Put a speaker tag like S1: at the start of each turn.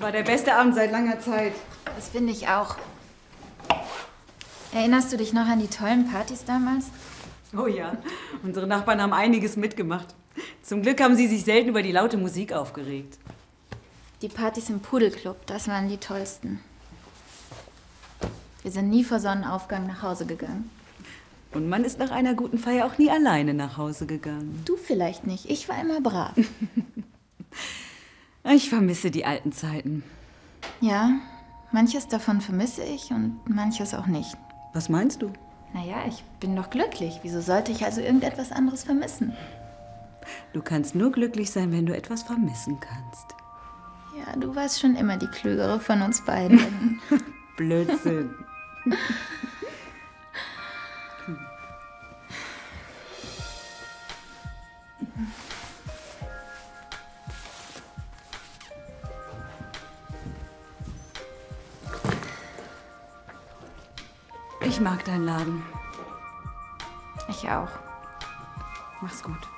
S1: war der beste Abend seit langer Zeit.
S2: Das finde ich auch. Erinnerst du dich noch an die tollen Partys damals?
S1: Oh ja, unsere Nachbarn haben einiges mitgemacht. Zum Glück haben sie sich selten über die laute Musik aufgeregt.
S2: Die Partys im Pudelclub, das waren die tollsten. Wir sind nie vor Sonnenaufgang nach Hause gegangen.
S1: Und man ist nach einer guten Feier auch nie alleine nach Hause gegangen.
S2: Du vielleicht nicht, ich war immer brav.
S1: Ich vermisse die alten Zeiten.
S2: Ja, manches davon vermisse ich und manches auch nicht.
S1: Was meinst du?
S2: Naja, ich bin doch glücklich. Wieso sollte ich also irgendetwas anderes vermissen?
S1: Du kannst nur glücklich sein, wenn du etwas vermissen kannst.
S2: Ja, du warst schon immer die Klügere von uns beiden.
S1: Blödsinn. Ich mag deinen Laden.
S2: ich auch.
S1: Mach's gut.